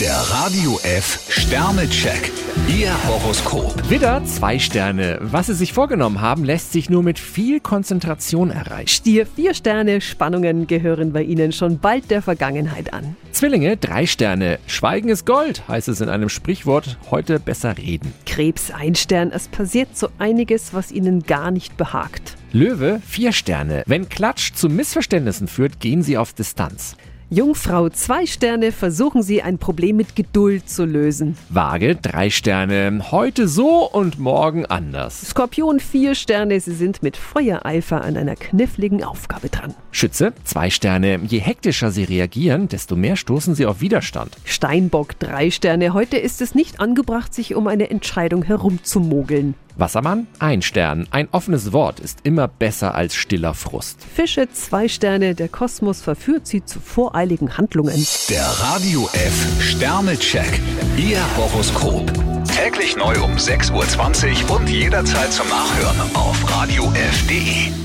Der Radio F Sternecheck. Ihr Horoskop. Widder, zwei Sterne. Was Sie sich vorgenommen haben, lässt sich nur mit viel Konzentration erreichen. Stier, vier Sterne, Spannungen gehören bei Ihnen schon bald der Vergangenheit an. Zwillinge, drei Sterne. Schweigen ist Gold, heißt es in einem Sprichwort. Heute besser reden. Krebs, ein Stern, es passiert so einiges, was Ihnen gar nicht behagt. Löwe, vier Sterne. Wenn Klatsch zu Missverständnissen führt, gehen Sie auf Distanz. Jungfrau, zwei Sterne, versuchen Sie ein Problem mit Geduld zu lösen. Waage, drei Sterne. Heute so und morgen anders. Skorpion, vier Sterne, Sie sind mit Feuereifer an einer kniffligen Aufgabe dran. Schütze, zwei Sterne. Je hektischer Sie reagieren, desto mehr stoßen Sie auf Widerstand. Steinbock, drei Sterne, heute ist es nicht angebracht, sich um eine Entscheidung herumzumogeln. Wassermann, ein Stern. Ein offenes Wort ist immer besser als stiller Frust. Fische, zwei Sterne, der Kosmos verführt Sie zu voreiligen Handlungen. Der Radio F Sternecheck. Ihr Horoskop. Täglich neu um 6.20 Uhr und jederzeit zum Nachhören auf Radio radiof.de.